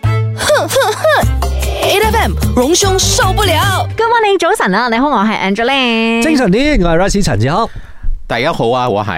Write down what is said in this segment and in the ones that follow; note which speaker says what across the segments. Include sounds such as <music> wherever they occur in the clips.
Speaker 1: 哼哼哼！A F M 隆胸受不了，
Speaker 2: Good morning，早晨啊！你好，我系 Angeline。
Speaker 3: 精神啲，我系 Rice 陈志康。
Speaker 4: 大家好啊，我系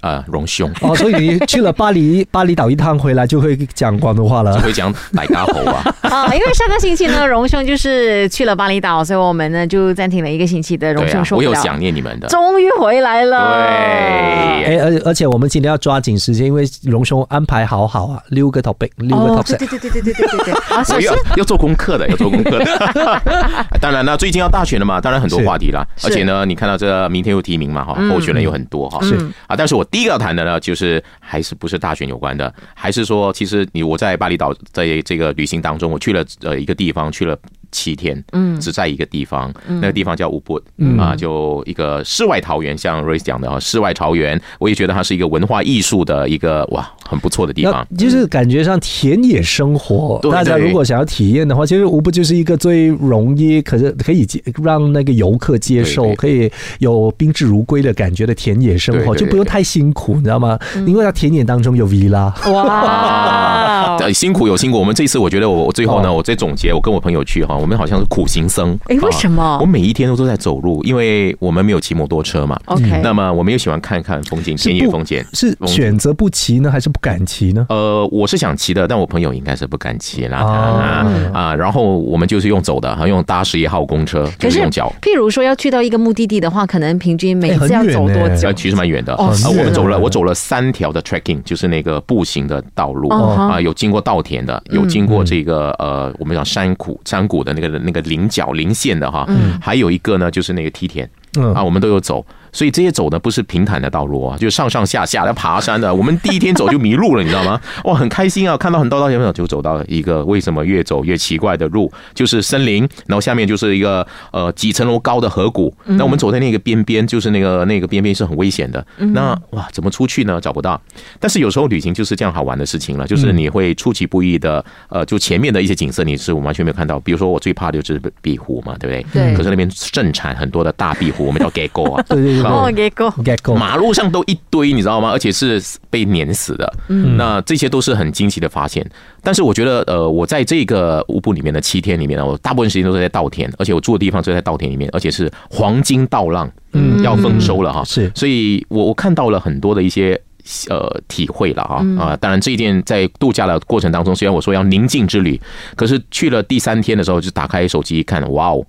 Speaker 4: 呃荣兄，
Speaker 2: <laughs>
Speaker 3: 哦，所以你去了巴黎 <laughs> 巴厘岛一趟回来就会讲广东话
Speaker 4: 只
Speaker 3: 了。
Speaker 4: 会讲大家好
Speaker 2: <laughs>
Speaker 4: 啊。
Speaker 2: 啊，因为上个星期呢，荣兄就是去了巴厘岛，所以我们呢就暂停了一个星期的荣
Speaker 4: 对啊
Speaker 2: 兄，受
Speaker 4: 我
Speaker 2: 不
Speaker 4: 有
Speaker 2: 了。
Speaker 4: 想念你们的。
Speaker 2: 终于回来了。
Speaker 4: 对，
Speaker 3: 哎，而而且我们今天要抓紧时间，因为荣兄安排好好啊，六个 topic，六个
Speaker 2: 哦，对
Speaker 3: topic。
Speaker 2: 对对对对对对对对。啊，首
Speaker 4: 我 <laughs>
Speaker 2: 先
Speaker 4: 要要做功课的，要做功课的。当然啦，最近要大选了嘛，当然很多
Speaker 3: 是
Speaker 4: 话题啦。
Speaker 2: 是
Speaker 4: 而且呢，你看到这明天又提名嘛，哈，候选人有很多哈。
Speaker 3: 是
Speaker 4: 啊，但是我第一个要谈的呢，就是还是不是大选有关的，还是说，其实你我在巴厘岛在这个旅行当中，我去了呃一个地方，去了七天，嗯，只在一个地方，那个地方叫乌布，嗯啊，就一个世外桃源，像 Ray 讲的啊，世外桃源，我也觉得它是一个文化艺术的一个哇，很不错的地
Speaker 3: 要
Speaker 4: 方。嗯
Speaker 3: 就是感觉上田野生活，
Speaker 4: 对
Speaker 3: 大家
Speaker 4: 对
Speaker 3: 如果想要体验的话，其实无不就是一个最容易，可是可以接让那个游客接受，
Speaker 4: 对对
Speaker 3: 可以有宾至如归的感觉的田野生活，
Speaker 4: 对对
Speaker 3: 就不用太辛苦，你知道吗？因为它田野当中有 villa，
Speaker 2: 哇，哦
Speaker 4: 呃，辛苦有辛苦。我们这次我觉得我我最后呢，
Speaker 3: 哦
Speaker 4: 我再总结，我跟我朋友去哈，我们好像是苦行僧。
Speaker 2: 哎，为什
Speaker 4: 么？
Speaker 2: 么
Speaker 4: 我每一天都在走路，因为我们没有骑摩托车嘛。
Speaker 2: ？OK，
Speaker 4: 嗯那么我们又喜欢看看风景，
Speaker 3: 是
Speaker 4: 田野
Speaker 3: 不
Speaker 4: 风景。
Speaker 3: 是
Speaker 4: 风景
Speaker 3: 选择不骑呢，还是不敢骑呢？
Speaker 4: 呃，我是想骑的，但我朋友应该是不敢骑啦。
Speaker 3: 啊
Speaker 4: 啊
Speaker 2: 哦
Speaker 4: 啊，然后我们就是用走的，哈用搭十一号公车，就
Speaker 2: 可
Speaker 4: 是
Speaker 2: 是
Speaker 4: 用脚，，
Speaker 2: 譬如说要去到一个目的地的话，可能平均每一次
Speaker 3: 哎
Speaker 2: 要
Speaker 3: 很远
Speaker 2: 走多
Speaker 3: 呢
Speaker 2: 久
Speaker 4: 呃，？其实蛮远的。
Speaker 2: 哦
Speaker 4: 啊
Speaker 2: 是
Speaker 4: 我们
Speaker 2: 的
Speaker 4: 走了，我走了三条的 trekking，就是那个步行的道路
Speaker 2: 哦哈嗯
Speaker 4: 啊，有经过稻田的，有经过这个呃，我们讲山谷山谷的那个那个棱角棱线的哈，
Speaker 2: 嗯
Speaker 4: 还有一个呢就是那个梯田
Speaker 3: 嗯
Speaker 4: 啊，我们都有走。所以这些走的不是平坦的道路啊，就上上下下的爬山啊的。我们第一天走就迷路了，你知道吗？哇，很开心啊！看到很多稻田，就走到了一个为什么越走越奇怪的路，就是森林，然后下面就是一个呃几层楼高的河谷。那我们走在那个边边，就是那个那个边边是很危险的。那哇，怎么出去呢？找不到。但是有时候旅行就是这样好玩的事情了，就是你会出其不意的，呃，就前面的一些景色你是完全没有看到。比如说我最怕的就是壁虎嘛，对不对？
Speaker 2: 对
Speaker 4: 可是那边盛产很多的大壁虎，我们叫 gecko <laughs> 啊。
Speaker 3: 对对对
Speaker 4: 啊
Speaker 2: 哦，给过。
Speaker 3: ，get go。
Speaker 4: 马路上都一堆，你知道吗？而且是被碾死的。嗯，那这些都是很惊奇的发现。但是我觉得，呃，我在这个乌布里面的七天里面呢，啊我大部分时间都是在稻田，而且我住的地方就在稻田里面，而且是黄金稻浪，嗯，要丰收了哈。
Speaker 3: 是
Speaker 4: 所以我我看到了很多的一些。呃，体会了哈啊、当然这一件在度假的过程当中，虽然我说要宁静之旅，可是去了第三天的时候，就打开手机一看，哇哦，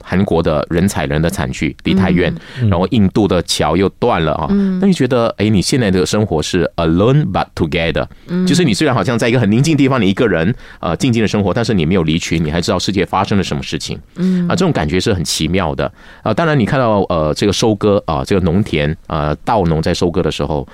Speaker 4: 韩国的人踩人的产区离太远，然后印度的桥又断了啊，那就觉得哎，你现在的生活是 alone but together，就是你虽然好像在一个很宁静的地方，你一个人呃静静的生活，但是你没有离群，你还知道世界发生了什么事情，嗯啊，这种感觉是很奇妙的啊。当然，你看到呃这个收割啊，这个农田啊，稻农在收割的时候。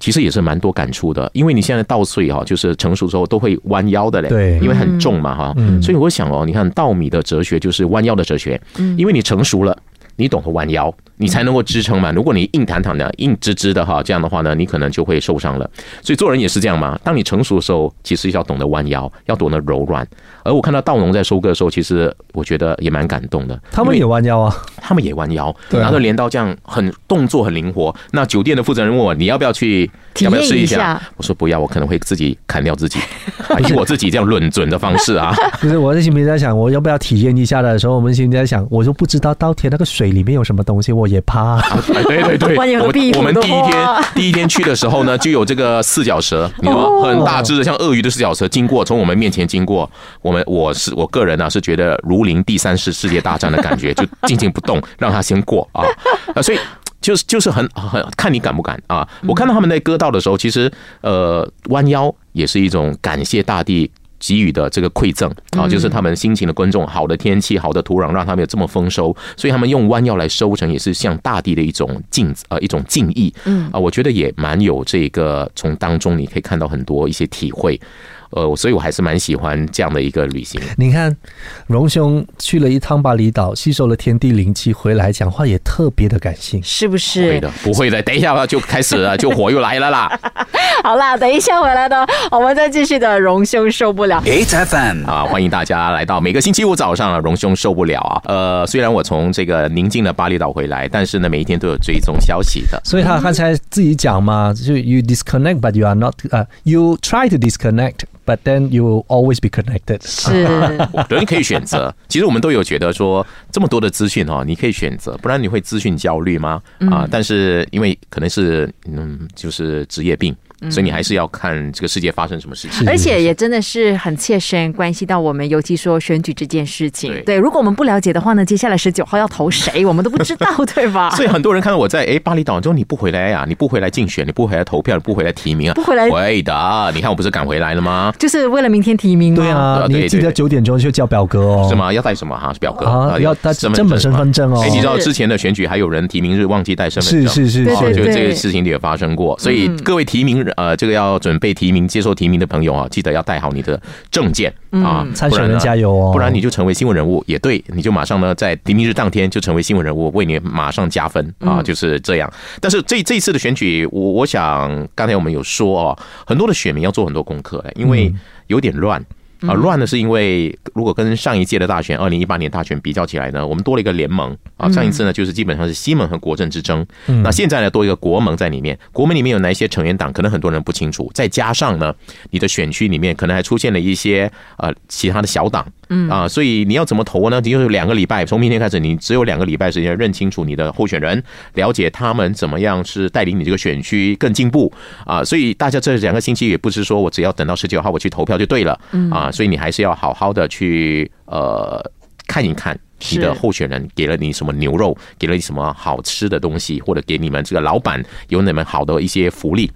Speaker 4: 其实也是蛮多感触的，因为你现在稻穗哈，就是成熟之后都会弯腰的嘞，
Speaker 3: 对
Speaker 4: 因为很重嘛哈，
Speaker 3: 嗯
Speaker 2: 嗯
Speaker 4: 所以我想哦，你看稻米的哲学就是弯腰的哲学，
Speaker 2: 嗯
Speaker 4: 因为你成熟了。你懂得弯腰，你才能够支撑嘛。如果你硬弹弹的、硬直直的哈，这样的话呢，你可能就会受伤了。所以做人也是这样嘛。当你成熟的时候，其实要懂得弯腰，要懂得柔软。而我看到稻农在收割的时候，其实我觉得也蛮感动的。
Speaker 3: 他们
Speaker 4: 因为
Speaker 3: 也弯腰啊，
Speaker 4: 他们也弯腰，
Speaker 3: 对啊
Speaker 4: 拿着镰刀这样很动作很灵活。那酒店的负责人问我，你要不要去？
Speaker 2: 体
Speaker 4: 要
Speaker 2: 验
Speaker 4: 不要试
Speaker 2: 一
Speaker 4: 下
Speaker 2: 下？
Speaker 4: 我说不要，我可能会自己砍掉自己， <laughs> 啊以我自己这样论准的方式啊。
Speaker 3: <laughs> 不是我在心里在想，我要不要体验一下的时候，我们心里在想，我就不知道稻田那个水里面有什么东西，我也怕。
Speaker 4: 哎， <laughs> 对对对，
Speaker 2: 万有的壁
Speaker 4: 我
Speaker 2: 虎
Speaker 4: 们
Speaker 2: 的
Speaker 4: 我们第一天
Speaker 2: 话
Speaker 4: 第一天去的时候呢，就有这个四脚蛇，你知道
Speaker 2: 哦
Speaker 4: 吗？很大只的，像鳄鱼的四脚蛇经过，从我们面前经过。我们我是我个人呢、是觉得如临第三次世界大战的感觉，就静静不动，让它先过啊 <laughs> 啊，所以。就是就是很很看你敢不敢啊！我看到他们在割稻的时候，其实呃弯腰也是一种感谢大地给予的这个馈赠啊，就是他们辛勤的耕种，好的天气、好的土壤，让他们有这么丰收，所以他们用弯腰来收成，也是向大地的一种敬呃一种敬意。嗯啊，我觉得也蛮有这个从当中你可以看到很多一些体会，呃，所以我还是蛮喜欢这样的一个旅行。
Speaker 3: 你看，荣兄去了一趟巴厘岛，吸收了天地灵气，回来讲话也特别的感性。
Speaker 2: 是不
Speaker 4: 会
Speaker 2: 是？
Speaker 4: 的，不会的，等一下吧，就开始了，就火又来了啦。
Speaker 2: 好啦，等一下回来呢，我们再继续的荣兄受不了。
Speaker 5: 8 FM.
Speaker 4: 啊，欢迎大家来到每个星期五早上啊，荣兄受不了啊。呃，虽然我从这个宁静的巴厘岛回来，但是呢，每一天都有追踪消息的。
Speaker 3: 所以他刚才自己讲嘛，就是 you disconnect but you are not，呃、y o u uh, try to disconnect but then you will always be connected。
Speaker 2: 是
Speaker 4: 人可以选择。其实我们都有觉得说，这么多的资讯哈，你可以选择，不然你会资讯焦虑吗？啊、但是因为可能是嗯，就是职业病，所以你还是要看这个世界发生什么事情。
Speaker 2: 而且也真的是很切身关系到我们，尤其说选举这件事情。
Speaker 4: 对
Speaker 2: 如果我们不了解的话呢，接下来十九号要投谁，我们都不知道，对吧？
Speaker 4: <laughs> 所以很多人看到我在诶巴厘岛，之后你不回来呀、你不回来竞选，你不回来投票，你不回来提名啊，
Speaker 2: 不回来
Speaker 4: 会的，你看我不是赶回来了吗？
Speaker 2: 就是为了明天提名嘛。
Speaker 3: 对啊，
Speaker 4: 对对
Speaker 3: 你记得
Speaker 4: 对
Speaker 3: 九点钟去叫表哥哦。
Speaker 4: 是？吗？要带什么哈、是表格
Speaker 3: 啊要带正本身份证哦
Speaker 4: 哎，你知道
Speaker 2: 是
Speaker 4: 之前的选举还有人提名日忘记带身份证，
Speaker 3: 是是是
Speaker 2: 对
Speaker 4: 哦，
Speaker 2: 对
Speaker 4: 就
Speaker 2: 对
Speaker 4: 这个事情也发生过，所以各位提名人呃，这个要准备提名、接受提名的朋友啊，记得要带好你的证件啊，
Speaker 3: 参
Speaker 4: 不
Speaker 3: 选
Speaker 4: 然
Speaker 3: 人
Speaker 4: 呢
Speaker 3: 加油哦！
Speaker 4: 不然你就成为新闻人物也对，你就马上呢在提名日当天就成为新闻人物，为你马上加分啊，就是这样。但是这这一次的选举，我我想刚才我们有说哦，很多的选民要做很多功课，因为有点乱。啊，乱呢是因为如果跟上一届的大选，二零一八年大选比较起来呢，我们多了一个联盟啊。上一次呢就是基本上是西盟和国政之争，那现在呢多一个国盟在里面，国盟里面有哪一些成员党，可能很多人不清楚。再加上呢，你的选区里面可能还出现了一些呃其他的小党，嗯啊，所以你要怎么投呢？你就是两个礼拜，从明天开始，你只有两个礼拜时间认清楚你的候选人，了解他们怎么样是带领你这个选区更进步啊。所以大家这两个星期也不是说我只要等到十九号我去投票就对了啊，所以你还是要好好的去呃看一看。你的
Speaker 2: 是
Speaker 4: 候选人给了你什么牛肉，给了你什么好吃的东西，或者给你们这个老板有你们好的一些福利，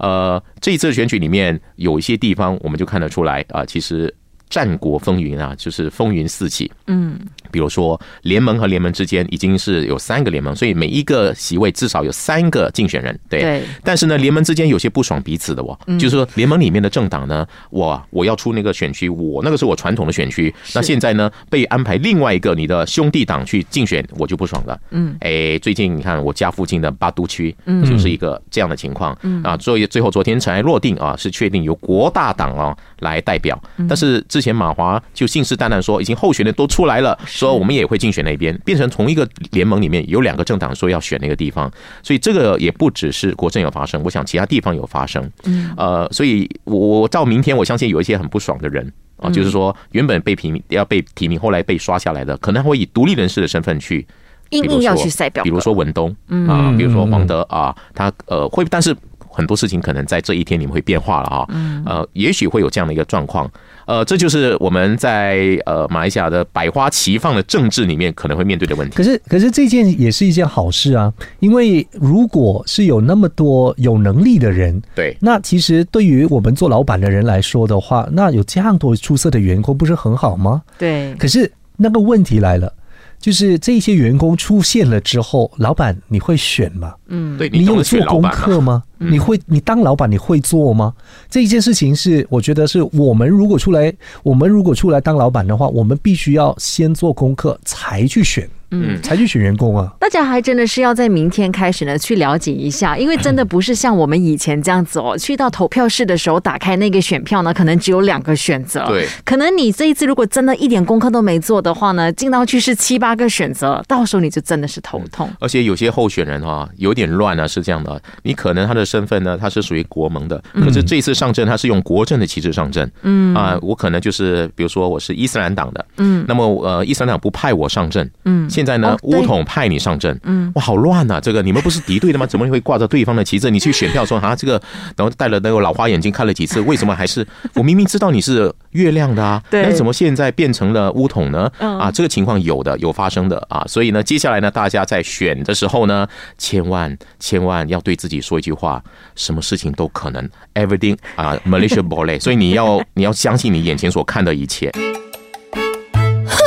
Speaker 4: 呃，这一次的选举里面有一些地方我们就看得出来啊、其实战国风云啊，就是风云四起。嗯，比如说联盟和联盟之间已经是有三个联盟，所以每一个席位至少有三个竞选人。对。
Speaker 2: 对
Speaker 4: 但是呢，联盟之间有些不爽彼此的哦，就是说联盟里面的政党呢，我我要出那个选区，我那个是我传统的选区，那现在呢被安排另外一个你的兄弟党去竞选，我就不爽了。嗯，哎，最近你看我家附近的巴都区，就是一个这样的情况。嗯啊，最最后昨天尘埃落定啊，是确定由国大党啊来代表，但是之前马华就信誓旦旦说已经候选人都出来了，说我们也会竞选那边，变成同一个联盟里面有两个政党说要选那个地方，所以这个也不只是国政有发生，我想其他地方有发生。嗯，呃，所以我我到明天，我相信有一些很不爽的人。啊，就是说，原本被提名要被提名，后来被刷下来的，可能会以独立人士的身份去
Speaker 2: 硬
Speaker 4: 比如
Speaker 2: 硬要
Speaker 4: 说
Speaker 2: 去晒表
Speaker 4: 比
Speaker 2: 格嗯
Speaker 4: 如说文东啊，比如说黄德啊，他呃会，但是很多事情可能在这一天你们会变化了啊，
Speaker 2: 嗯
Speaker 4: 呃，也许会有这样的一个状况，呃，这就是我们在呃马来西亚的百花齐放的政治里面可能会面对的问题
Speaker 3: 可。是，可是这件也是一件好事啊，因为如果是有那么多有能力的人，
Speaker 4: 对，
Speaker 3: 那其实对于我们做老板的人来说的话，那有这样多出色的员工不是很好吗？
Speaker 2: 对
Speaker 3: 可是那个问题来了，就是这些员工出现了之后，老板你会选吗？
Speaker 2: 嗯
Speaker 4: 对
Speaker 3: 你有
Speaker 4: 懂得
Speaker 3: 做
Speaker 4: 选老
Speaker 3: 功
Speaker 4: 板
Speaker 3: 课吗？
Speaker 4: 吗？嗯
Speaker 3: 你会你当老板你会做吗？这一件事情是我觉得是我们如果出来，我们如果出来当老板的话，我们必须要先做功课才去选，
Speaker 4: 嗯
Speaker 3: 才去选员工啊。
Speaker 2: 大家还真的是要在明天开始呢去了解一下，因为真的不是像我们以前这样子
Speaker 4: <laughs>
Speaker 2: 哦，去到投票室的时候打开那个选票呢，可能只有两个选择。
Speaker 4: 对，
Speaker 2: 可能你这一次如果真的一点功课都没做的话呢，进到去是七八个选择，到时候你就真的是头痛。
Speaker 4: 而且有些候选人啊，有点乱啊，是这样的，你可能他的身份呢，他是属于国盟的，可是这次上阵他是用国阵的旗帜上阵，嗯啊，我可能就是比如说我是伊斯兰党的，嗯，那么呃伊斯兰党不派我上阵，嗯，现在呢
Speaker 2: 哦对
Speaker 4: 乌统派你上阵，嗯，哇，好乱呐、这个你们不是敌对的吗？怎么会挂着对方的旗帜？你去选票说啊这个，然后戴了那个老花眼镜看了几次，为什么还是我明明知道你是月亮的 <laughs> 啊，
Speaker 2: 对
Speaker 4: 那怎么现在变成了乌统呢？啊，这个情况有的有发生的啊，所以呢，接下来呢，大家在选的时候呢，千万千万要对自己说一句话：什么事情都可能，everything 啊，Malaysia b o l e 所以你要 <laughs> 你要相信你眼前所看的一切。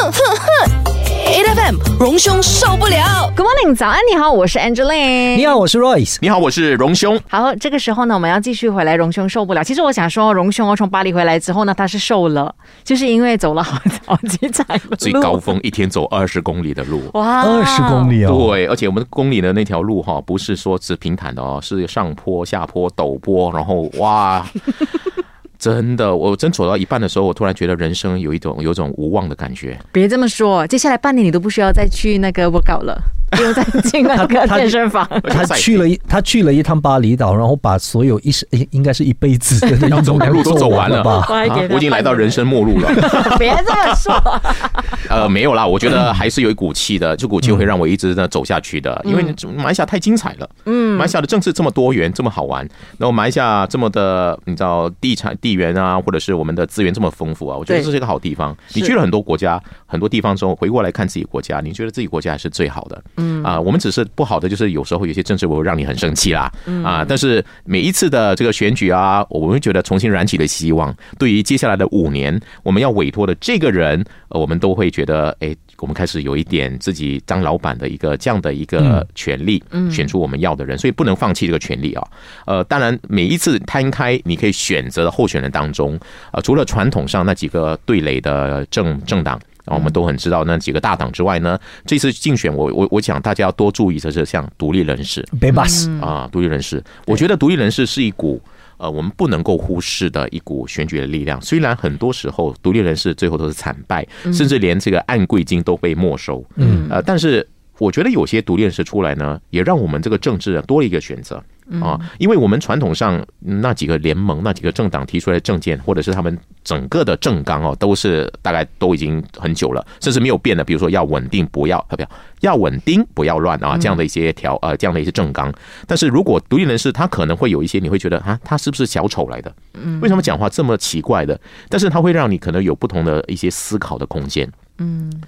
Speaker 1: ，A F M 隆胸受不了
Speaker 2: Good morning，早安，你好，我是 Angeline。
Speaker 3: 你好，我是 Royce。
Speaker 4: 你好，我是荣兄。
Speaker 2: 好，这个时候呢，我们要继续回来。荣兄受不了。其实我想说，荣兄哦，从巴黎回来之后呢，他是瘦了，就是因为走了好好几场的路
Speaker 4: 最高峰一天走二十公里的路。
Speaker 2: 哇
Speaker 3: 二十公。里哦，
Speaker 4: 对，而且我们公里的那条路哈，不是说是平坦的哦，是上坡、下坡、陡坡，然后哇， <laughs> 真的，我真走到一半的时候，我突然觉得人生有一种有一种无望的感觉。
Speaker 2: 别这么说，接下来半年你都不需要再去那个 workout 了。不用再进那个健身房。
Speaker 3: 他去了一，他去了一趟巴厘岛，然后把所有一生诶应该是一辈子的
Speaker 4: <laughs>
Speaker 3: 那种
Speaker 4: 路都
Speaker 3: 做
Speaker 4: 走
Speaker 3: 完
Speaker 4: 完了 <laughs>
Speaker 3: 吧？
Speaker 2: 还给
Speaker 4: 啊我已经来到人生末路了。
Speaker 2: 别这么
Speaker 3: <laughs>
Speaker 2: 说，
Speaker 4: 呃，没有啦，我觉得还是有一股气的，这股气会让我一直呢走下去的，因为马来西亚太精彩了，嗯，马来西亚的政治这么多元，这么好玩，然后马来西亚这么的，你知道地产、地缘啊，或者是我们的资源这么丰富啊，我觉得
Speaker 2: 对
Speaker 4: 这是一个好地方。
Speaker 2: 是
Speaker 4: 你去了很多国家、很多地方之后，回过来看自己国家，你觉得自己国家还是最好的，嗯啊，我们只是不好的就是有时候有些政治会让你很生气啦，啊，但是每一次的这个选举啊，我们会觉得重新燃起了希望，对于接下来的五年，我们要委托的这个人，呃我们都会觉得，哎，我们开始有一点自己当老板的一个这样的一个权利，选出我们要的人，所以不能放弃这个权利啊。呃，当然，每一次摊开你可以选择的候选人当中，呃，除了传统上那几个对垒的政政党。啊，我们都很知道那几个大党之外呢，这次竞选我我我想大家要多注意，就是像独立人士，
Speaker 3: 别巴士，
Speaker 4: 啊，独立人士，我觉得独立人士是一股呃，我们不能够忽视的一股选举的力量。虽然很多时候独立人士最后都是惨败，甚至连这个按贵金都被没收，嗯，呃，但是我觉得有些独立人士出来呢，也让我们这个政治啊多了一个选择。啊，因为我们传统上嗯那几个联盟、那几个政党提出来的政见，或者是他们整个的政纲哦，都是大概都已经很久了，甚至没有变的。比如说要稳定，不要呃不要要稳定，不要乱啊，这样的一些条呃这样的一些政纲。但是如果独立人士，他可能会有一些你会觉得啊，他是不是小丑来的？为什么讲话这么奇怪的？但是他会让你可能有不同的一些思考的空间。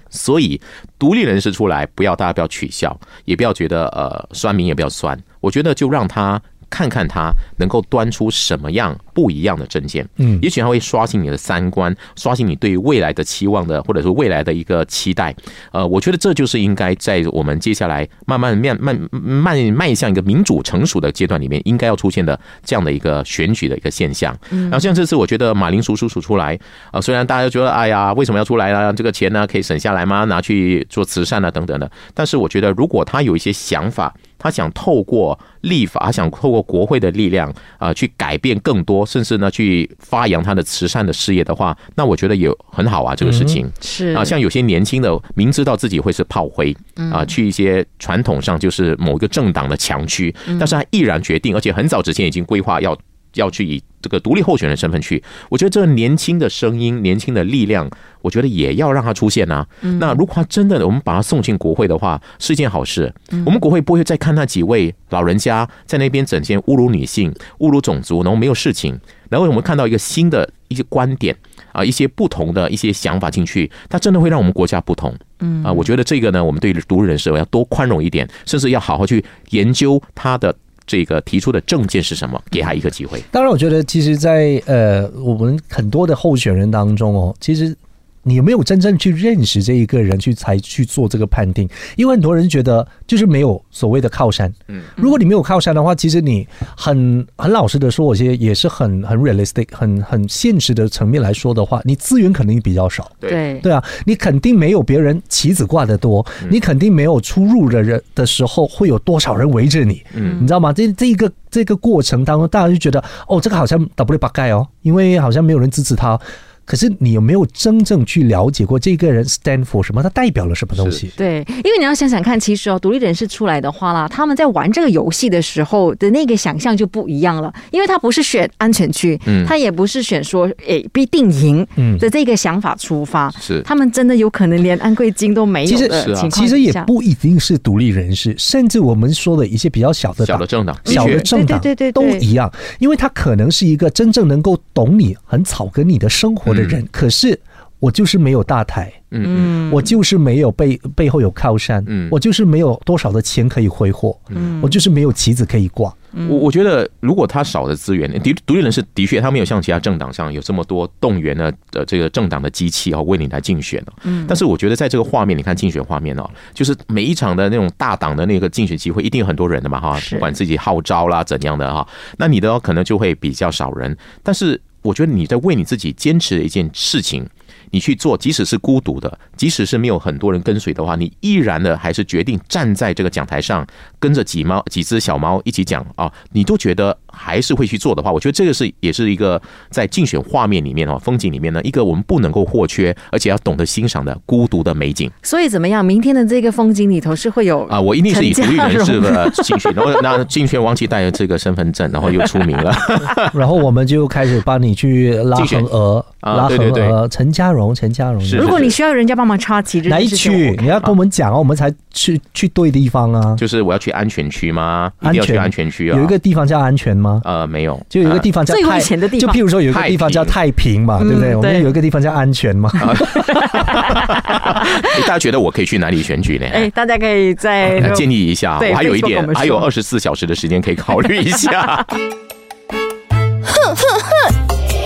Speaker 4: 所以独立人士出来，不要大家不要取笑，也不要觉得呃酸民也不要酸，我觉得就让他。看看他能够端出什么样不一样的证件，嗯，也许他会刷新你的三观，刷新你对于未来的期望的，或者是未来的一个期待。呃，我觉得这就是应该在我们接下来慢慢面慢慢迈向一个民主成熟的阶段里面，应该要出现的这样的一个选举的一个现象。然后像这次，我觉得马铃薯叔叔出来，啊，虽然大家觉得哎呀，为什么要出来啊？这个钱呢可以省下来吗？拿去做慈善啊等等的。但是我觉得，如果他有一些想法，他想透过立法，他想透过国会的力量啊、去改变更多，甚至呢去发扬他的慈善的事业的话，那我觉得也很好啊，这个事情。
Speaker 2: 是
Speaker 4: 啊，像有些年轻的明知道自己会是炮灰啊，去一些传统上就是某一个政党的强区，但是他毅然决定，而且很早之前已经规划要要去以这个独立候选人身份去。我觉得这个年轻的声音、年轻的力量，我觉得也要让他出现啊。那如果他真的我们把他送进国会的话，是一件好事。我们国会不会再看那几位老人家在那边整天侮辱女性、侮辱种族，然后没有事情。然后我们看到一个新的一些观点啊，一些不同的一些想法进去，它真的会让我们国家不同。嗯啊，我觉得这个呢，我们对独立人士要多宽容一点，甚至要好好去研究他的这个提出的政见是什么，给他一个机会。
Speaker 3: 当然，我觉得其实在，呃我们很多的候选人当中哦，其实你有没有真正去认识这一个人，去才去做这个判定？因为很多人觉得就是没有所谓的靠山。嗯，如果你没有靠山的话，其实你很很老实的说，我觉得也是很很 realistic、很很现实的层面来说的话，你资源肯定比较少。
Speaker 2: 对
Speaker 3: 对啊，你肯定没有别人旗子挂得多，
Speaker 4: 嗯
Speaker 3: 你肯定没有出入的人的时候会有多少人围着你，
Speaker 4: 嗯
Speaker 3: 你知道吗？这这一个这个过程当中，大家就觉得哦，这个好像 W 八盖哦，因为好像没有人支持他哦、可是你有没有真正去了解过这个人 stand for 什么？他代表了什么东西？
Speaker 2: 对，因为你要想想看，其实哦，独立人士出来的话啦，他们在玩这个游戏的时候的那个想象就不一样了，因为他不是选安全区，
Speaker 4: 嗯
Speaker 2: 他也不是选说诶必定赢
Speaker 3: 嗯
Speaker 2: 的这个想法出发，
Speaker 4: 是
Speaker 2: 他们真的有可能连安贵金都没
Speaker 3: 其
Speaker 2: 有
Speaker 3: 实
Speaker 2: 的
Speaker 4: 是啊
Speaker 2: 情况
Speaker 3: 其实也
Speaker 2: 底下
Speaker 3: 不一定是独立人士，甚至我们说的一些比较小的
Speaker 4: 小
Speaker 3: 党
Speaker 4: 的政党，的
Speaker 3: 小
Speaker 4: 确
Speaker 3: 的政党
Speaker 2: 对对对
Speaker 3: 都
Speaker 2: 对对
Speaker 3: 一样，因为他可能是一个真正能够懂你、很草根你的生活
Speaker 4: 嗯
Speaker 3: 的人，可是我就是没有大台，
Speaker 4: 嗯嗯
Speaker 3: 我就是没有背背后有靠山，
Speaker 4: 嗯
Speaker 3: 我就是没有多少的钱可以挥霍，我就是没有旗子可以
Speaker 4: <laughs>
Speaker 3: 挂。
Speaker 4: 我我觉得，如果他少的资源，独独立人士的确他没有像其他政党上有这么多动员的呃这个政党的机器哦，为你来竞选哦。嗯，但是我觉得在这个画面，你看竞选画面哦，就是每一场的那种大党的那个竞选集会，一定有很多人的嘛哈，
Speaker 2: 是
Speaker 4: 不管自己号召啦怎样的哈，那你的可能就会比较少人。但是我觉得你在为你自己坚持的一件事情。你去做，即使是孤独的，即使是没有很多人跟随的话，你依然的还是决定站在这个讲台上，跟着几猫几只小猫一起讲啊，你都觉得还是会去做的话，我觉得这个是也是一个在竞选画面里面哦，风景里面呢，一个我们不能够或缺，而且要懂得欣赏的孤独的美景
Speaker 2: 所以怎么样？明天的这个风景里头是会有
Speaker 4: 啊、
Speaker 3: 哦
Speaker 4: 我一定是以独
Speaker 2: 陈
Speaker 4: 立
Speaker 2: 嘉
Speaker 4: 人士
Speaker 2: <laughs>
Speaker 3: <laughs>
Speaker 2: 荣
Speaker 4: 的竞选，然后那竞选王琦带着这个身份证，然后又出名
Speaker 3: <laughs>
Speaker 4: 了。
Speaker 3: 然后我们就开始帮你去拉
Speaker 4: 竞选
Speaker 3: 横额，
Speaker 4: 啊
Speaker 3: 拉
Speaker 4: 对
Speaker 3: 横
Speaker 4: 对对
Speaker 3: 额。陈嘉荣，陈嘉荣，
Speaker 4: 是
Speaker 2: 如果你需要人家帮忙插旗这
Speaker 3: 哪
Speaker 2: 件
Speaker 3: 一
Speaker 2: 事情，
Speaker 3: 区？你要跟我们讲啊，我们才去去对地方啊。
Speaker 4: 就是我要去安全区吗？一定要去安全区啊！
Speaker 3: 有一个地方叫安全吗？
Speaker 4: 呃，没有，
Speaker 3: 就有一个地方叫
Speaker 2: 最危
Speaker 3: 太，
Speaker 2: 险的地
Speaker 3: 就
Speaker 2: 方
Speaker 3: 譬如说有一个地方叫太平嘛，
Speaker 2: 太平
Speaker 3: 对不对？
Speaker 2: 嗯
Speaker 3: 我们
Speaker 2: 对
Speaker 3: 有一个地方叫安全
Speaker 2: <laughs>
Speaker 3: 嘛。
Speaker 4: 啊 <laughs> 大家觉得我可以去哪里选举呢？
Speaker 2: 哎，大家可以在
Speaker 4: 呃建议一下，
Speaker 2: 对
Speaker 4: 我还有一
Speaker 2: Facebook 我
Speaker 4: 点，
Speaker 2: 们说
Speaker 4: 还有二十四小时的时间可以考虑一
Speaker 2: <laughs>
Speaker 4: 下。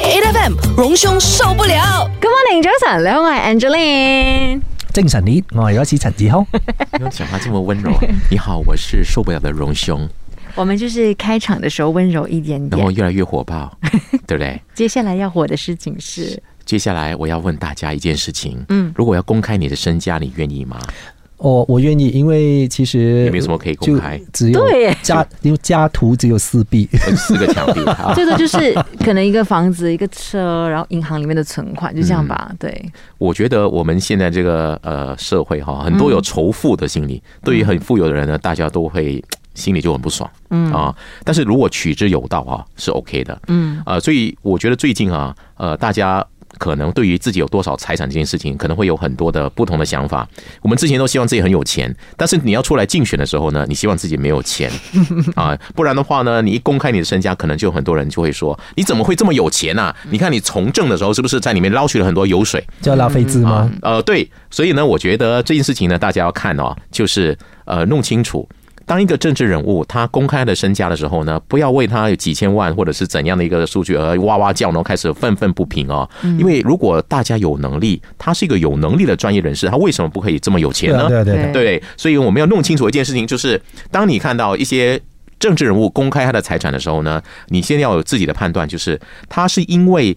Speaker 1: ，A F M 隆胸受不了
Speaker 2: Good morning，早晨，两位 Angeline。
Speaker 3: 精神啲，我係有一次陳志康。
Speaker 4: 不用讲话这么温
Speaker 2: <laughs>
Speaker 4: 柔。你好，我是受不了的荣兄，
Speaker 2: 我们就是开场的时候温柔一点
Speaker 4: 然后
Speaker 2: 点，
Speaker 4: 越来越火
Speaker 2: <laughs>
Speaker 4: 爆，对不对？
Speaker 2: 接下来要火的事情是，
Speaker 4: 接下来我要问大家一件事情，嗯，如果要公开你的身家，你愿
Speaker 2: <laughs>
Speaker 4: 意吗？
Speaker 3: 我哦我愿意，因为其实
Speaker 4: 也没有什么可以公开
Speaker 3: 就只有
Speaker 2: 对嗯耶
Speaker 3: 家因为家徒只有四壁，
Speaker 4: 呃四个墙壁啊
Speaker 2: 这个就是可能一个房子、一个车，然后银行里面的存款，就这样吧。
Speaker 4: 嗯
Speaker 2: 对，
Speaker 4: 我觉得我们现在这个呃社会哈，很多有仇富的心理，对于很富有的人呢，大家都会心里就很不爽，嗯啊。但是如果取之有道啊，是 OK 的，嗯呃，所以我觉得最近啊，呃，大家。可能对于自己有多少财产这件事情，可能会有很多的不同的想法。我们之前都希望自己很有钱，但是你要出来竞选的时候呢，你希望自己没有 <laughs> 钱啊，不然的话呢，你一公开你的身家，可能就有很多人就会说，你怎么会这么有钱啊？你看你从政的时候是不是在里面捞取了很多油水？
Speaker 3: 叫拉菲兹吗？
Speaker 4: 呃，对，所以呢，我觉得这件事情呢，大家要看哦，就是呃，弄清楚。当一个政治人物他公开的身家的时候呢，不要为他有几千万或者是怎样的一个数据而哇哇叫，然后开始愤愤不平哦。
Speaker 3: 嗯
Speaker 4: 因为如果大家有能力，他是一个有能力的专业人士，他为什么不可以这么有钱
Speaker 3: 对
Speaker 4: 嗯呢
Speaker 3: 啊，？对啊，对啊。
Speaker 4: 对，所以我们要弄清楚一件事情，就是当你看到一些政治人物公开他的财产的时候呢，你先要有自己的判断，就是他是因为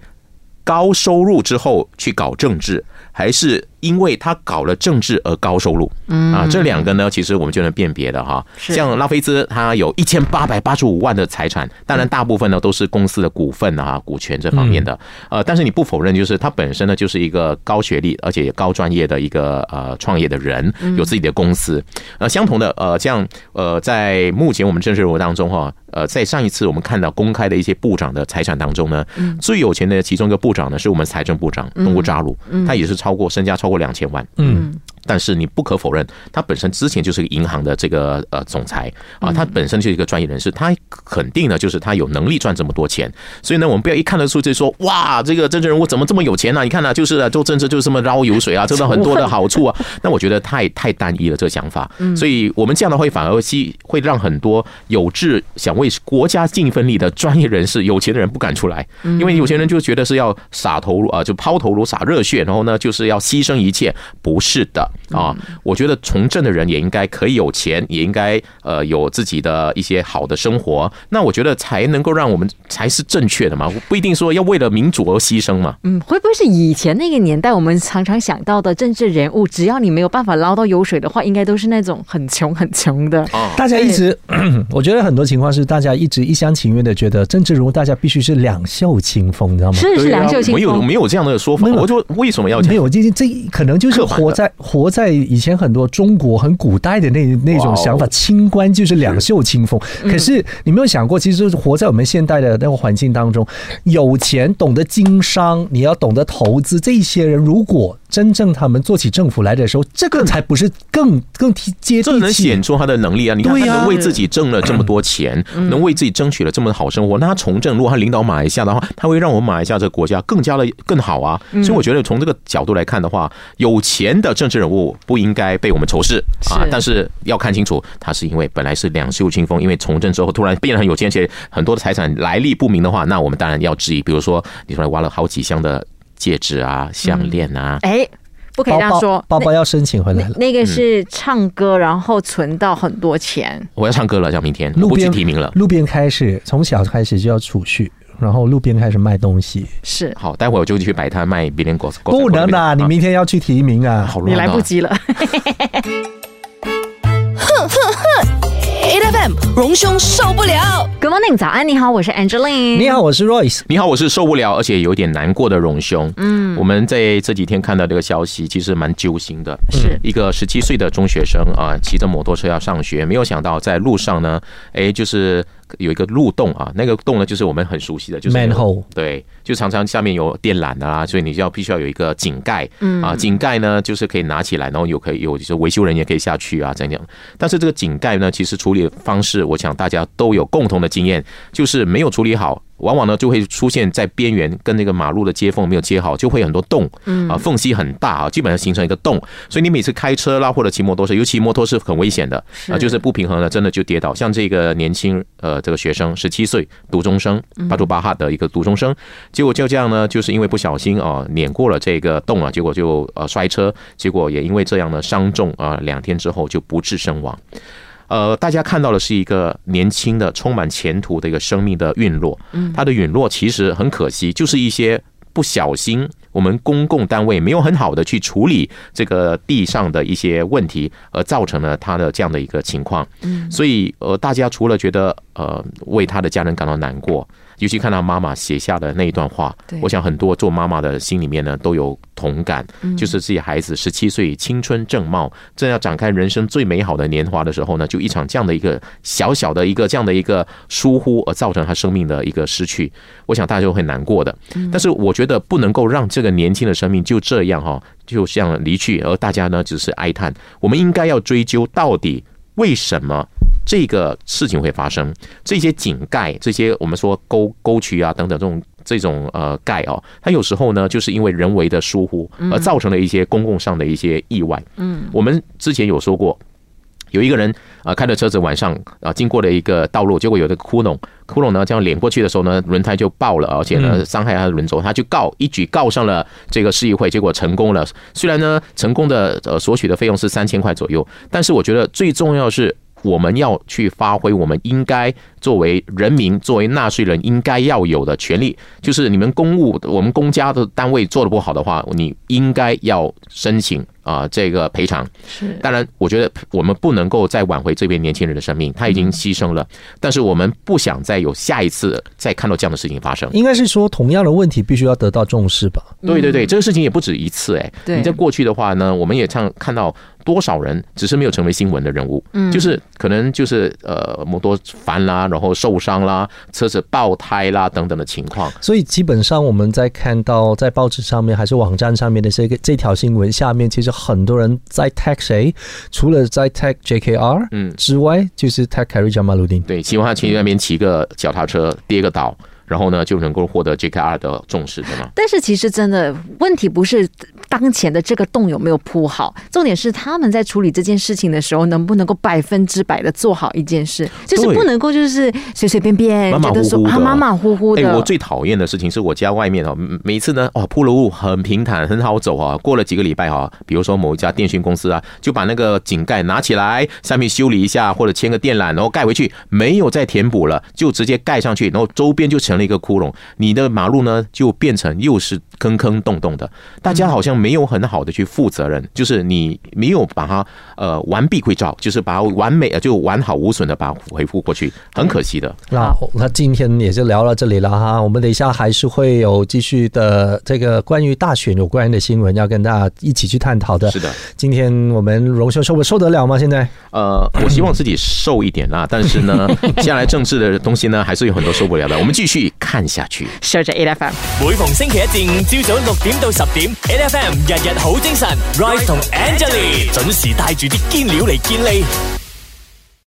Speaker 4: 高收入之后去搞政治，还是因为他搞了政治而高收入？嗯啊，这两个呢，其实我们就能辨别的哈。
Speaker 2: 是
Speaker 4: 像拉菲兹，他有一千八百八十五万的财产，当然大部分呢都是公司的股份啊、股权这方面的。呃，但是你不否认，就是他本身呢就是一个高学历而且也高专业的一个呃创业的人，有自己的公司。呃，相同的呃，像呃，在目前我们政治人物当中哈，呃，在上一次我们看到公开的一些部长的财产当中呢，最有钱的其中一个部长呢是我们财政部长东姑扎鲁，他也是超过身家超过两千万。
Speaker 3: 嗯，
Speaker 4: 但是你不可否认，他本身之前就是个银行的这个呃总裁啊，他本身就是一个专业人士，他肯定呢就是他有能力赚这么多钱，所以呢我们不要一看得出就说哇这个政治人物怎么这么有钱呢、你看呢、就是啊做政治就是这么捞油水啊，挣到很多的好处啊，那我觉得太太单一了这个想法，所以我们这样的会反而会吸会让很多有志想为国家尽一份力的专业人士、有钱的人不敢出来，因为有钱人就觉得是要洒头颅啊、就抛头颅洒热血，然后呢就是要牺牲一切，不是的啊。我觉得从政的人也应该可以有钱，也应该呃有自己的一些好的生活，那我觉得才能够让我们才是正确的嘛，不一定说要为了民主而牺牲嘛。
Speaker 2: 嗯，会不会是以前那个年代我们常常想到的政治人物，只要你没有办法捞到油水的话，应该都是那种很穷很穷的。
Speaker 3: 大家一直， <clears throat> 我觉得很多情况是大家一直一厢情愿的觉得政治人物大家必须是两袖清风，你知道吗？
Speaker 2: 是是
Speaker 4: 对啊
Speaker 2: 梁秀清
Speaker 4: 没有
Speaker 2: 风
Speaker 4: 没有这样的说法，
Speaker 3: 没有
Speaker 4: 我就为什么要这
Speaker 3: 没
Speaker 4: 样？
Speaker 3: 有，这这可能就是
Speaker 4: 刻板的
Speaker 3: 活在活在以前很多中国很古代的那那种想
Speaker 4: 哇
Speaker 3: 法，
Speaker 4: 哦嗯
Speaker 3: 清官就是两袖清风。可是你没有想过，其实活在我们现代的那个环境当中，有钱懂得经商，你要懂得投资，这一些人如果真正他们做起政府来的时候，这个才不是更更贴接
Speaker 4: 嗯这
Speaker 3: 地
Speaker 4: 能
Speaker 3: 气
Speaker 4: 显。出他的能力啊！你看，
Speaker 3: 对
Speaker 4: 他
Speaker 3: 呀嗯
Speaker 4: 能为自己挣了这么多钱，能为自己争取了这么好生活。那他从政，如果他领导马来西亚的话，他会让我们马来西亚这个国家更加的更好啊！
Speaker 3: 嗯
Speaker 4: 所以我觉得从这个角度来看的话，有钱的政治人物不应该被我们仇视啊
Speaker 2: 是！
Speaker 4: 但是要看清楚，他是因为本来是两袖清风，因为从政之后突然变得很有钱，而且很多的财产来历不明的话，那我们当然要质疑。比如说，你出来挖了好几箱的戒指啊、项链
Speaker 3: 嗯
Speaker 4: 啊，
Speaker 2: 哎，不可以
Speaker 3: 包
Speaker 2: 这样
Speaker 3: 包
Speaker 2: 说。
Speaker 3: 包包要申请回来了嗯
Speaker 2: 那。那个是唱歌，然后存到很多钱。
Speaker 4: 我要唱歌了，像明天我
Speaker 3: 路
Speaker 4: 哎不去
Speaker 3: 边
Speaker 4: 提名了。
Speaker 3: 路边开始，从小开始就要储蓄，然后路边开始卖东西。
Speaker 2: 是，
Speaker 4: 好，待会儿我就去摆摊卖别人果果
Speaker 3: 不能
Speaker 4: 啊！
Speaker 3: 啊！你明天要去提名啊！
Speaker 4: 好乱、啊，
Speaker 2: 你来不及了。
Speaker 1: ，A FM 荣兄受不了。
Speaker 2: <laughs> Good morning，早安，你好，我是 Angeline。
Speaker 4: 嗯
Speaker 3: 你好，我是 Royce。
Speaker 4: 你好，我是受不了，而且有点难过的荣兄。嗯，我们在这几天看到这个消息，其实蛮揪心的。
Speaker 2: 是
Speaker 4: 一个十七岁的中学生啊，骑着摩托车要上学，没有想到在路上呢，哎，就是有一个路洞啊，那个洞呢，就是我们很熟悉的，就是
Speaker 3: Manhole
Speaker 4: 对，就常常下面有电缆的啦，所以你就要必须要有一个井盖。嗯啊，井盖呢，就是可以拿起来，然后有可以有就是维修人员可以下去啊，这样。但是这个井盖呢，其实处理的方式，我想大家都有共同的经验，就是没有处理好，往往呢就会出现在边缘跟那个马路的接缝没有接好，就会有很多洞，啊，缝隙很大啊，基本上形成一个洞。所以你每次开车啦或者骑摩托车，尤其摩托是很危险的啊，就是不平衡了，真的就跌倒。像这个年轻呃这个学生，十七岁读中生，巴杜巴哈的一个读中生，结果就这样呢，就是因为不小心啊碾过了这个洞啊，结果就呃摔车，结果也因为这样呢伤重啊，两天之后就不治身亡。呃，大家看到的是一个年轻的、充满前途的一个生命的陨落。嗯，它的陨落其实很可惜，就是一些不小心，我们公共单位没有很好的去处理这个地上的一些问题，而造成了他的这样的一个情况。嗯，所以呃，大家除了觉得呃为他的家人感到难过，尤其看到妈妈写下的那一段话
Speaker 2: 对，
Speaker 4: 我想很多做妈妈的心里面呢都有同感，就是自己孩子十七岁青春正茂，正要展开人生最美好的年华的时候呢，就一场这样的一个小小的一个这样的一个疏忽，而造成他生命的一个失去，我想大家就会难过的。但是我觉得不能够让这个年轻的生命就这样哈、就这样离去，而大家呢只是哀叹。我们应该要追究到底为什么这个事情会发生，这些井盖、这些我们说沟沟渠啊等等这种这种呃盖哦，它有时候呢就是因为人为的疏忽而造成了一些公共上的一些意外。嗯，我们之前有说过。有一个人啊、呃开着车子晚上啊、呃经过了一个道路，结果有一个窟窿，窟窿呢这样碾过去的时候呢，轮胎就爆了，而且呢伤害他的轮轴，他就告一举告上了这个市议会，结果成功了。虽然呢成功的呃索取的费用是三千块左右，但是我觉得最重要的是。我们要去发挥我们应该作为人民、作为纳税人应该要有的权利，就是你们公务、我们公家的单位做的不好的话，你应该要申请啊、这个赔偿。
Speaker 2: 是
Speaker 4: 当然，我觉得我们不能够再挽回这边年轻人的生
Speaker 2: 嗯
Speaker 4: 命，他已经牺牲了，但是我们不想再有下一次再看到这样的事情发生。
Speaker 2: 嗯
Speaker 3: 应该是说，同样的问题必须要得到重视吧？
Speaker 4: 对对对，这个事情也不止一次哎、
Speaker 2: 嗯对
Speaker 4: 你在过去的话呢，我们也看看到多少人只是没有成为新闻的人物，嗯，就是可能就是呃摩托翻啦，然后受伤啦，车子爆胎啦等等的情况。
Speaker 3: 所以基本上我们在看到在报纸上面还是网站上面的这个这条新闻下面，其实很多人在 tag 谁，除了在 tag JKR
Speaker 4: 嗯
Speaker 3: 之外，就是 tag k a r i j a m a l u d i n
Speaker 4: 对，希望他去那边骑个脚踏车跌个倒，然后呢就能够获得 JKR 的重视，对吗？
Speaker 2: 但是其实真的问题不是当前的这个洞有没有铺好，重点是他们在处理这件事情的时候，能不能够百分之百的做好一件事，就是
Speaker 4: 对
Speaker 2: 不能够就是随随便便，
Speaker 4: 马马
Speaker 2: 觉得说
Speaker 4: 虎虎的
Speaker 2: 啊马马虎虎
Speaker 4: 哎、
Speaker 2: 的。
Speaker 4: 我最讨厌的事情是我家外面哦，嗯每次呢，哦，铺了路很平坦，很好走啊。过了几个礼拜啊，比如说某一家电讯公司啊，就把那个井盖拿起来，上面修理一下，或者牵个电缆，然后盖回去，没有再填补了，就直接盖上去，然后周边就成了一个窟窿。你的马路呢，就变成又是坑坑洞洞的。大家好像没有很好的去负责任，就是你没有把它呃完璧归赵，就是把它完美呃就完好无损的把它回复过去，很可惜的。
Speaker 3: 那那今天也就聊到这里了哈，我们等一下还是会有继续的这个关于大选有关的新闻要跟大家一起去探讨的。
Speaker 4: 是的。
Speaker 3: 今天我们荣兄受不受得了吗？现在
Speaker 4: 呃，我希望自己瘦一点啦，但是呢，接下来政治的东西呢，还是有很多受不了的。我们继续看下去。
Speaker 2: 守着 A F M。
Speaker 5: 每逢星期一至五朝早六點到十點，N F M 日日好精神，Rise 同 Angelie 準時帶住啲堅料嚟健利。